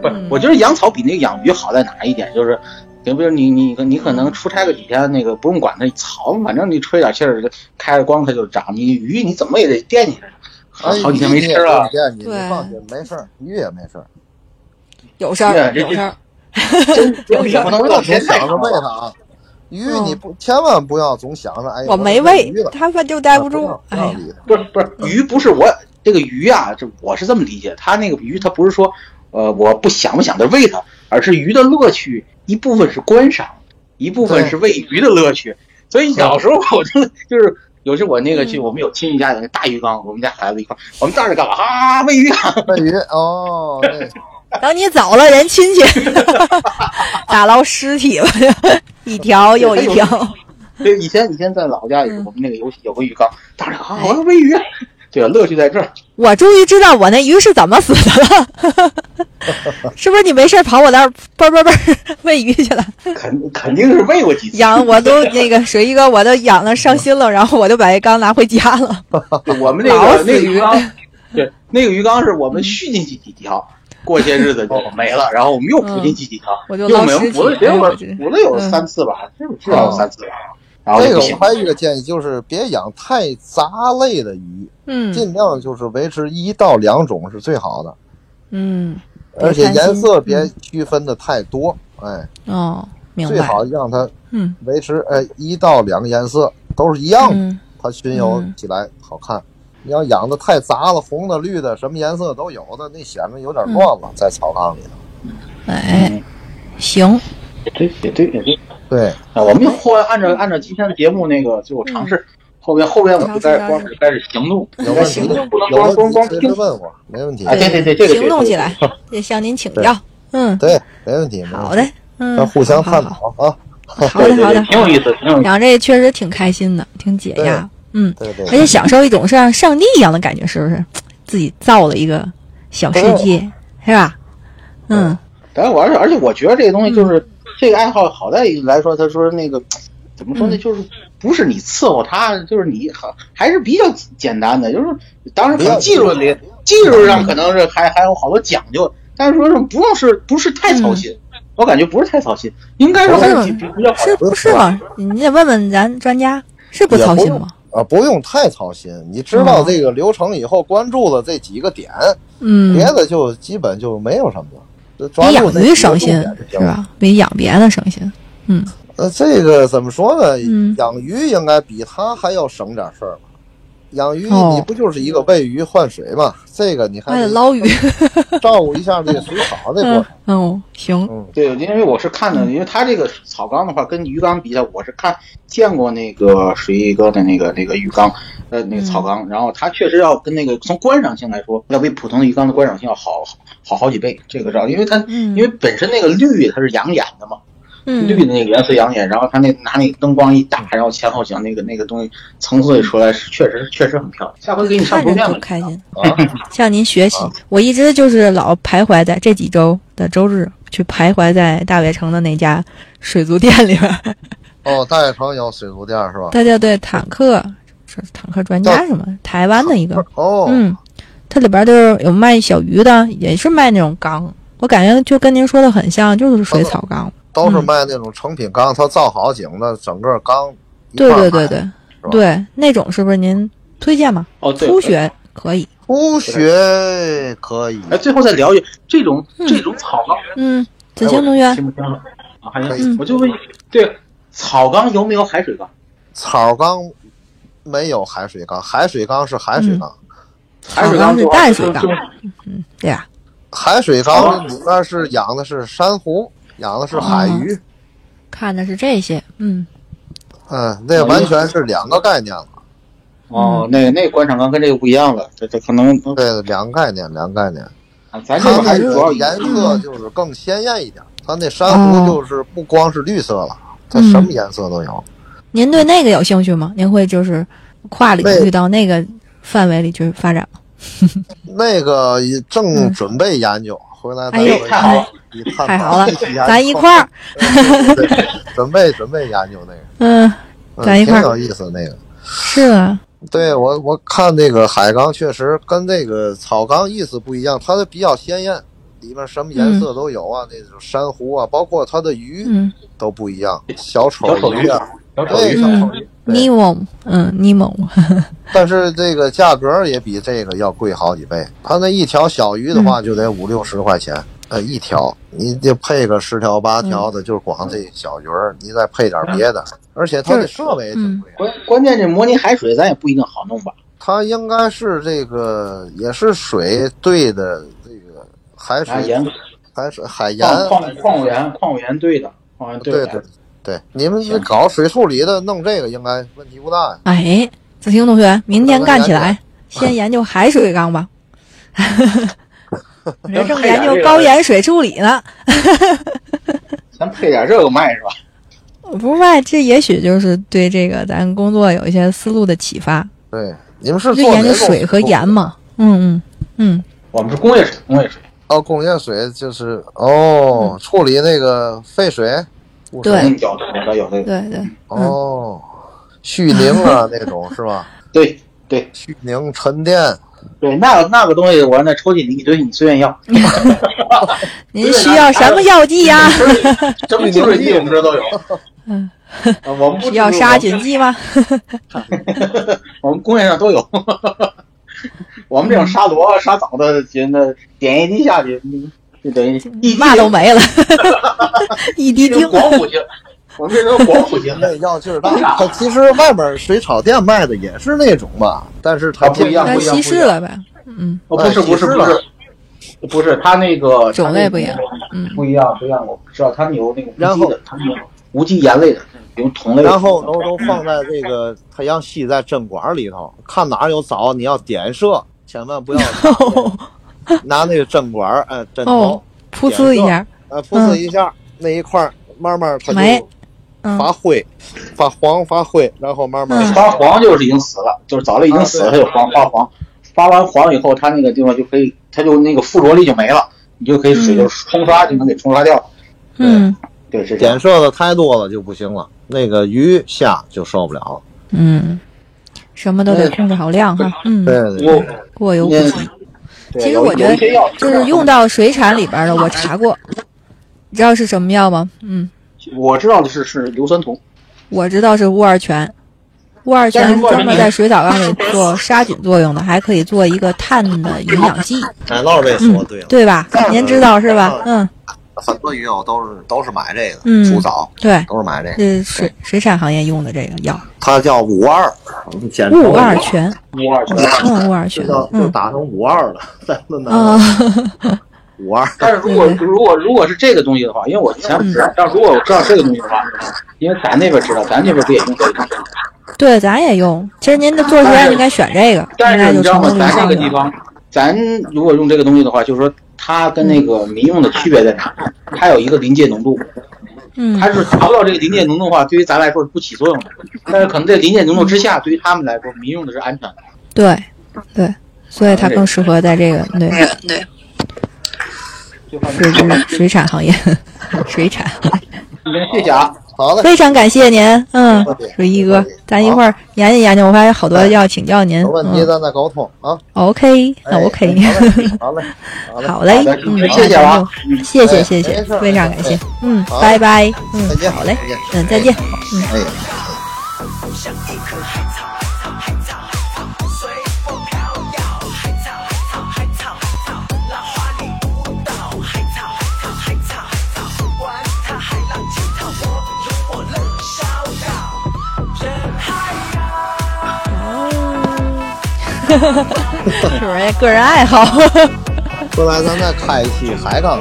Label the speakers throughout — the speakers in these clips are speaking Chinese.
Speaker 1: 不是，我觉得养草比那个养鱼好在哪一点，就是，比如你你你可能出差个几天，那个不用管它草，反正你吹点气儿，开着光它就长。你鱼你怎么也得惦记着，好好几天没吃了。
Speaker 2: 哎你你
Speaker 3: 对
Speaker 2: 放心，没事儿，鱼也没事儿。
Speaker 3: 有事
Speaker 1: 是
Speaker 3: 儿，
Speaker 1: 这
Speaker 3: 有事儿，
Speaker 1: 真你不能
Speaker 2: 不
Speaker 1: 老
Speaker 2: 要
Speaker 1: 天
Speaker 2: 总
Speaker 1: 太
Speaker 2: 想着
Speaker 1: 长
Speaker 2: 喂
Speaker 1: 了。
Speaker 2: 它啊，鱼
Speaker 3: 嗯
Speaker 2: 你不千万不要总想着，哎呀，
Speaker 3: 我没
Speaker 2: 喂
Speaker 3: 喂
Speaker 2: 鱼了，，
Speaker 3: 他们就待不住
Speaker 2: 啊。
Speaker 3: 哎
Speaker 2: 要
Speaker 3: 呀，
Speaker 2: 理它。
Speaker 1: 不是不是，鱼不是我这个鱼啊，这我是这么理解，它那个鱼它不是说，呃，我不想不想的喂它，而是鱼的乐趣一部分是观赏，一部分
Speaker 2: 对
Speaker 1: 是喂鱼的乐趣。所以小时候我就就是。有时我那个去，我们有亲戚家有那大鱼缸，我们家孩子一块儿，我们到那干嘛啊？喂鱼啊！
Speaker 2: 喂鱼哦， 那
Speaker 3: 等你走了，人亲戚 打捞尸体吧， 一条又一条。
Speaker 1: 对，以前以前在老家，有
Speaker 3: 嗯
Speaker 1: 我们那个游戏有个鱼缸，到那啊，我要喂鱼，对，啊乐趣在这儿。
Speaker 3: 我终于知道我那鱼是怎么死的了， 是不是你没事儿跑我那儿嘣嘣嘣 喂鱼去了？
Speaker 1: 肯肯定是喂过几次，
Speaker 3: 养我都那个水一哥我都养了伤心了，然后我就把这缸拿回家了。
Speaker 1: 对我们那
Speaker 3: 老
Speaker 1: 个
Speaker 3: 死
Speaker 1: 那个鱼
Speaker 3: 鱼
Speaker 1: 缸，对，那个鱼缸是我们续进去几条，过些日子就没了，然后我们又补进去几条，
Speaker 3: 我就
Speaker 1: 又
Speaker 3: 捞
Speaker 1: 没有
Speaker 3: 尸体，
Speaker 1: 补了得
Speaker 3: 哎
Speaker 1: 有
Speaker 3: 我这
Speaker 1: 补了有
Speaker 3: 嗯
Speaker 1: 三次吧，是不是至少有三次吧？然后
Speaker 2: 这
Speaker 1: 就
Speaker 2: 个
Speaker 1: 不行
Speaker 2: 我，还有一个建议，就是别养太杂类的鱼，
Speaker 3: 嗯
Speaker 2: 尽量就是维持一到两种是最好的，
Speaker 3: 嗯别
Speaker 2: 而且
Speaker 3: 贪心嗯
Speaker 2: 颜色别区分的太多，哎，
Speaker 3: 哦，明
Speaker 2: 最
Speaker 3: 白。
Speaker 2: 好让它
Speaker 3: 嗯
Speaker 2: 维持哎一到两个颜色都是一样的，
Speaker 3: 嗯
Speaker 2: 它巡游
Speaker 3: 嗯
Speaker 2: 起来好看。你要养的太杂了，红的、绿的，什么颜色都有的，那显得有点乱了，
Speaker 3: 嗯
Speaker 2: 在草缸里头。
Speaker 3: 哎行
Speaker 1: 嗯也对也对也对。
Speaker 2: 对，
Speaker 1: 啊，我们后来按照按照今天的节目那个，就我尝试后边后边我就开始光是开始行动，
Speaker 2: 有
Speaker 1: 但
Speaker 2: 问题
Speaker 1: 行
Speaker 2: 的
Speaker 1: 动不能
Speaker 2: 有
Speaker 1: 光
Speaker 2: 问
Speaker 1: 光光
Speaker 2: 题随
Speaker 1: 听
Speaker 2: 时问我，没问题
Speaker 3: 哎
Speaker 1: 啊，。对对对，这个
Speaker 3: 行动起
Speaker 1: 对
Speaker 3: 来，也向您请
Speaker 2: 对
Speaker 3: 教。嗯，
Speaker 2: 对，没问题。没问题
Speaker 3: 好的，，嗯，
Speaker 2: 咱互相探
Speaker 3: 好
Speaker 2: 讨啊。
Speaker 3: 好
Speaker 1: 对
Speaker 3: 的
Speaker 1: 对
Speaker 3: 好
Speaker 1: 对，
Speaker 3: 的，
Speaker 1: 挺有意思，挺有意思。
Speaker 3: 然后这确实挺开心的，挺解压。嗯，
Speaker 2: 对对
Speaker 3: 而。且享受一种像上帝一样的感觉，是不是？自己造了一个小世界，
Speaker 2: 哦
Speaker 3: 是吧？嗯，
Speaker 1: 但我而且而且我觉得这个东西就是、这个爱好好在来说，他说那个怎么说呢，
Speaker 3: 嗯
Speaker 1: 就是不是你伺候他，就是你还还是比较简单的，就是当然可能技术里技术上可能是还还有好多讲究，但是说是不用是不是太操
Speaker 3: 嗯
Speaker 1: 心。我感觉不是太操心，应该说还是比比较
Speaker 2: 哦
Speaker 1: 好
Speaker 3: 是
Speaker 1: 的。
Speaker 3: 不是嘛？你得问问咱专家，是不操心吗？
Speaker 2: 啊，不用太操心，你知道这个流程以后，关注了这几个点，
Speaker 3: 嗯哎
Speaker 2: 别，的就基本就没有什么了。就抓
Speaker 3: 比
Speaker 2: 住
Speaker 3: 养
Speaker 2: 那
Speaker 3: 鱼
Speaker 2: 几个
Speaker 3: 省
Speaker 2: 重
Speaker 3: 心
Speaker 2: 点就是行了？
Speaker 3: 吧？比养别的省心。嗯，
Speaker 2: 呃，这个怎么说呢？
Speaker 3: 嗯
Speaker 2: 养鱼应该比它还要省点事儿吧？养鱼
Speaker 3: 哦
Speaker 2: 你不就是一个喂鱼换水嘛？这个你还
Speaker 3: 还得捞鱼。
Speaker 2: 照顾一下这个水草这
Speaker 3: 嗯
Speaker 2: 过程。，
Speaker 3: 哦，行，
Speaker 2: 嗯，
Speaker 1: 对，因为我是看的，
Speaker 3: 嗯
Speaker 1: 因为它这个草缸的话，跟鱼缸比较，我是看见过那个水一哥的那个那个鱼缸，呃，那个草
Speaker 3: 嗯
Speaker 1: 缸，然后它确实要跟那个从观赏性来说，要比普通的鱼缸的观赏性要好好好好几倍，这个照，因为它
Speaker 3: 嗯
Speaker 1: 因为本身那个绿它是养眼的嘛，绿
Speaker 3: 嗯，
Speaker 1: 的那个颜色养眼，然后它那拿那个灯光一打，然后前后景那个那个东西层次出来，是确实确实很漂亮。下回给你上图
Speaker 3: 看着
Speaker 1: 片
Speaker 3: 就
Speaker 1: 吧。
Speaker 3: 开心。
Speaker 2: 啊，
Speaker 3: 向您学习
Speaker 2: 啊。
Speaker 3: 我一直就是老徘徊在这几周的周日，去徘徊在大悦城的那家水族店里边儿。
Speaker 2: 哦，大悦城有水族店是吧？
Speaker 3: 大家嗯对坦克，是坦克专家什么，台湾的一个，
Speaker 2: 哦，
Speaker 3: 嗯，它里边儿就是有卖小鱼的，也是卖那种缸。我感觉就跟您说的很像，就是水草缸。
Speaker 2: 都是卖那种成品缸，它造好景的，整个缸一块
Speaker 3: 对
Speaker 2: 儿
Speaker 3: 对
Speaker 2: 买。
Speaker 3: 对对对，那种是不是您推荐吗？
Speaker 1: 哦，对，
Speaker 3: 初学可以，
Speaker 2: 初学可以，
Speaker 1: 哎，最后再聊一句，这种这种草缸。
Speaker 3: 嗯，
Speaker 2: 哎
Speaker 3: 紫荆同学，
Speaker 1: 听不清了啊？还
Speaker 2: 可
Speaker 1: 行
Speaker 3: 以，
Speaker 1: 我就问，对，草缸有没有海水缸？
Speaker 2: 草缸没有海水缸，海水缸是海水
Speaker 3: 嗯
Speaker 2: 缸，
Speaker 1: 海水
Speaker 3: 缸
Speaker 1: 缸
Speaker 3: 是淡水缸
Speaker 1: 就，
Speaker 3: 嗯，对呀、
Speaker 2: 海水
Speaker 1: 草
Speaker 2: 缸
Speaker 1: 缸
Speaker 2: 里面是养的是珊瑚，养的是海
Speaker 3: 哦
Speaker 2: 鱼，
Speaker 3: 看的是这些，嗯，
Speaker 2: 嗯，
Speaker 1: 啊
Speaker 2: 那完全是两个概念了，
Speaker 1: 哦，那那观赏缸跟这个不一样了，这这可能
Speaker 2: 对，两个概念，两个概念。
Speaker 1: 啊咱这
Speaker 2: 它
Speaker 1: 个还
Speaker 2: 那
Speaker 1: 是主要
Speaker 2: 个
Speaker 1: 以
Speaker 2: 颜色就是更鲜艳一点，它那珊
Speaker 3: 哦
Speaker 2: 瑚就是不光是绿色了，它
Speaker 3: 嗯
Speaker 2: 什么颜色都有。
Speaker 3: 您对那个有兴趣吗？您会就是跨领域
Speaker 2: 对
Speaker 3: 到那个范围里去发展吗？
Speaker 2: 那个也正准备研究，回来
Speaker 3: 嗯
Speaker 2: 咱
Speaker 3: 哎呦
Speaker 2: 们
Speaker 1: 太好了
Speaker 2: 一起探讨
Speaker 3: 太好了
Speaker 2: 一起研究
Speaker 3: 咱一块儿，
Speaker 2: 对准备准备研究那个，
Speaker 3: 嗯，
Speaker 2: 嗯
Speaker 3: 咱一块儿
Speaker 2: 挺有意思那个。
Speaker 3: 是啊吧？
Speaker 2: 对我我看那个海缸确实跟这个草缸意思不一样，它的比较鲜艳，里面什么颜色都有啊，那种珊瑚啊，包括它的鱼
Speaker 3: 嗯
Speaker 2: 都不一样，小丑
Speaker 1: 小丑鱼
Speaker 2: 啊，
Speaker 1: 小丑鱼，
Speaker 2: 对
Speaker 1: 小丑鱼，
Speaker 2: 对
Speaker 3: ，Nemo，嗯，Nemo，
Speaker 2: 但是这个价格也比这个要贵好几倍。它那一条小鱼的话就得五六十块钱，呃，一条，你就配个十条八条的，就是光这小鱼儿，你再配点别的，而且它的设备也挺贵。
Speaker 1: 关关键这模拟海水咱也不一定好弄吧？
Speaker 2: 它应该是这个也是水对的这个海
Speaker 1: 拿
Speaker 2: 水，
Speaker 1: 盐
Speaker 2: 海水海盐，啊
Speaker 1: 矿矿矿物盐矿物盐兑的矿物盐
Speaker 2: 对
Speaker 1: 兑
Speaker 2: 对
Speaker 1: 的，
Speaker 2: 对，你们这搞水处理的弄这个应该问题不大呀。
Speaker 3: 哎，子清同学，明天干起来，先研究海水缸 吧。我这正研究高盐水处理呢，
Speaker 1: 咱配点这个卖是吧？
Speaker 3: 不卖，这也许就是对这个咱工作有一些思路的启发。
Speaker 2: 对，你们是
Speaker 3: 就
Speaker 2: 做
Speaker 3: 研
Speaker 2: 哪
Speaker 3: 究
Speaker 2: 种
Speaker 3: 水和盐嘛，嗯嗯
Speaker 1: 我们是工业水，工业水。
Speaker 2: 哦，工业水就是哦，
Speaker 3: 嗯
Speaker 2: 处理那个废水，污水
Speaker 3: 对
Speaker 1: 嗯，有的有的有
Speaker 3: 嗯，
Speaker 1: 的，
Speaker 3: 对对，
Speaker 2: 哦，
Speaker 3: 嗯
Speaker 2: 蓄凝 啊那种是吧？
Speaker 1: 对对
Speaker 2: 蓄凝沉淀，
Speaker 1: 对，那个那个东西，我那抽屉里一堆，你随便要。
Speaker 3: 您需要什么药 剂呀、
Speaker 1: 什么净水器我们这都有。
Speaker 3: 嗯
Speaker 1: 啊，我们不
Speaker 3: 需要杀菌，剂 吗？
Speaker 1: 我们工业上都有。 我们这种杀
Speaker 3: 嗯
Speaker 1: 螺、杀藻的，觉得点一滴下去，嗯就等于一
Speaker 3: 嘛都没了， 一滴
Speaker 1: 这
Speaker 3: 精
Speaker 1: 种。广谱型，我们这种广谱 型的。
Speaker 2: 那药劲儿大。它其实外面水草店卖的也是那种嘛，但是它
Speaker 1: 啊不一样
Speaker 3: 它
Speaker 1: 不一样
Speaker 3: 稀释了 呗，嗯，
Speaker 1: 哦，不是
Speaker 2: 哎
Speaker 1: 不是
Speaker 2: 提示
Speaker 1: 不
Speaker 2: 了
Speaker 1: 是，不是它那个
Speaker 3: 种类不一样，
Speaker 1: 它那个
Speaker 3: 嗯
Speaker 1: 不一样不一样，我不知道它们有那个
Speaker 2: 然
Speaker 1: 无机
Speaker 2: 后
Speaker 1: 的，它们有无机盐类的，有同类的。
Speaker 2: 然后都都放在这个太阳系在针管里头，看哪儿有藻，你要点射，千万不要 拿那个针管儿，哎，针头
Speaker 3: 哦，噗呲一下，
Speaker 2: 哎，噗呲一下，那一块儿慢慢它
Speaker 3: 没
Speaker 2: 就
Speaker 3: 嗯，
Speaker 2: 发灰，发黄发灰，然后慢慢
Speaker 3: 嗯
Speaker 1: 发黄就是已经死了，就是藻类已经死了，它
Speaker 2: 啊对
Speaker 1: 就黄发黄，发完黄以后，它那个地方就可以，它就那个附着力就没了，你就可以水就冲刷就能给冲刷掉。
Speaker 3: 嗯
Speaker 1: 对，是这样
Speaker 2: 点。射的太多了就不行了，那个鱼虾就受不了了。
Speaker 3: 嗯，什么都得控制好量哈，嗯，
Speaker 2: 对对对，
Speaker 3: 过犹不
Speaker 1: 嗯
Speaker 3: 及。其实我觉得就是用，到水产里边的，我查过，你知道是什么药吗？嗯，
Speaker 1: 对我知道的是是硫酸铜，
Speaker 3: 我知道是乌二醛，乌二
Speaker 1: 但是
Speaker 3: 醛
Speaker 1: 乌二醛
Speaker 3: 专门在水藻缸里做杀菌作用的，还可以做一个碳的营养剂，
Speaker 2: 奶酪这说对了，
Speaker 3: 对吧？您知道是吧？嗯，
Speaker 2: 很多鱼友都是都是买这个
Speaker 3: 嗯
Speaker 2: 除藻，
Speaker 3: 对，
Speaker 2: 都是买这个，
Speaker 3: 这是呃水水产行业用的这个药，
Speaker 2: 它叫五二，简称
Speaker 3: 乌二醛，
Speaker 1: 五二醛。
Speaker 3: 嗯，乌二
Speaker 2: 就
Speaker 3: 醛
Speaker 2: 叫，就
Speaker 3: 嗯
Speaker 2: 打成五二了，咱们
Speaker 3: 啊
Speaker 2: 呢，五二。
Speaker 1: 但是如果
Speaker 3: 对对嗯
Speaker 1: 如果如果是这个东西的话，因为我之前不知道，但如果我知道这个东西的话，因为咱那边知道，咱这边不也用这个？
Speaker 3: 对，咱也用。其实您的做实验应该选这个，应
Speaker 1: 但
Speaker 3: 该
Speaker 1: 是
Speaker 3: 就
Speaker 1: 你知道吗？
Speaker 3: 成功率
Speaker 1: 咱这
Speaker 3: 上
Speaker 1: 个地
Speaker 3: 去了。
Speaker 1: 方，咱如果用这个东西的话，就是说它跟那个民用的区别在哪儿？它有一个临界浓度，
Speaker 3: 嗯
Speaker 1: 它是达不到这个临界浓度的话，对于咱来说是不起作用的。但是可能在临界浓度之下，对于他们来说，民用的是安全的。
Speaker 3: 对，对，所以它更适合在这个 对
Speaker 1: 就放
Speaker 3: 水质水产行业， 水产。
Speaker 1: 心谢谢啊，
Speaker 2: 好嘞，
Speaker 3: 非常感谢您，嗯
Speaker 2: 客气，
Speaker 3: 水一哥
Speaker 2: 不客气，
Speaker 3: 咱一块儿研究研究，我发现好多要请教您。
Speaker 2: 有哎问题
Speaker 3: 嗯
Speaker 2: 咱再沟通啊。
Speaker 3: OK，
Speaker 2: 哎
Speaker 3: 那 OK，
Speaker 2: 好嘞，好嘞，好嘞，
Speaker 3: 好嘞
Speaker 1: 好的，
Speaker 3: 嗯，
Speaker 1: 谢谢啊
Speaker 3: 那咱就谢谢
Speaker 2: 哎
Speaker 3: 谢谢
Speaker 2: 没事，儿
Speaker 3: 非常感谢
Speaker 2: 哎，
Speaker 3: 嗯，
Speaker 2: 好
Speaker 3: 拜拜，嗯
Speaker 2: 再，见，
Speaker 3: 好嘞
Speaker 2: 再，见，
Speaker 3: 嗯，再见。
Speaker 2: 哎。
Speaker 3: 是不是个人爱 好？
Speaker 2: 后来咱再开一期海港，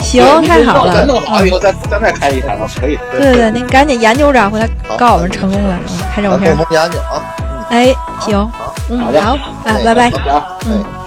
Speaker 3: 行，太好
Speaker 1: 咱
Speaker 3: 了。
Speaker 1: 弄好以后，咱咱再开一台吧，可以。
Speaker 3: 对对，您赶紧研究着，回来
Speaker 2: 好
Speaker 3: 告我们成功了，嗯，拍照
Speaker 2: 咱共
Speaker 3: 片。
Speaker 2: 同研究啊。
Speaker 3: 哎，行，嗯，
Speaker 1: 好的
Speaker 3: 好，啊，
Speaker 2: 哎
Speaker 3: 拜拜。
Speaker 1: 好的啊，
Speaker 3: 嗯
Speaker 2: 哎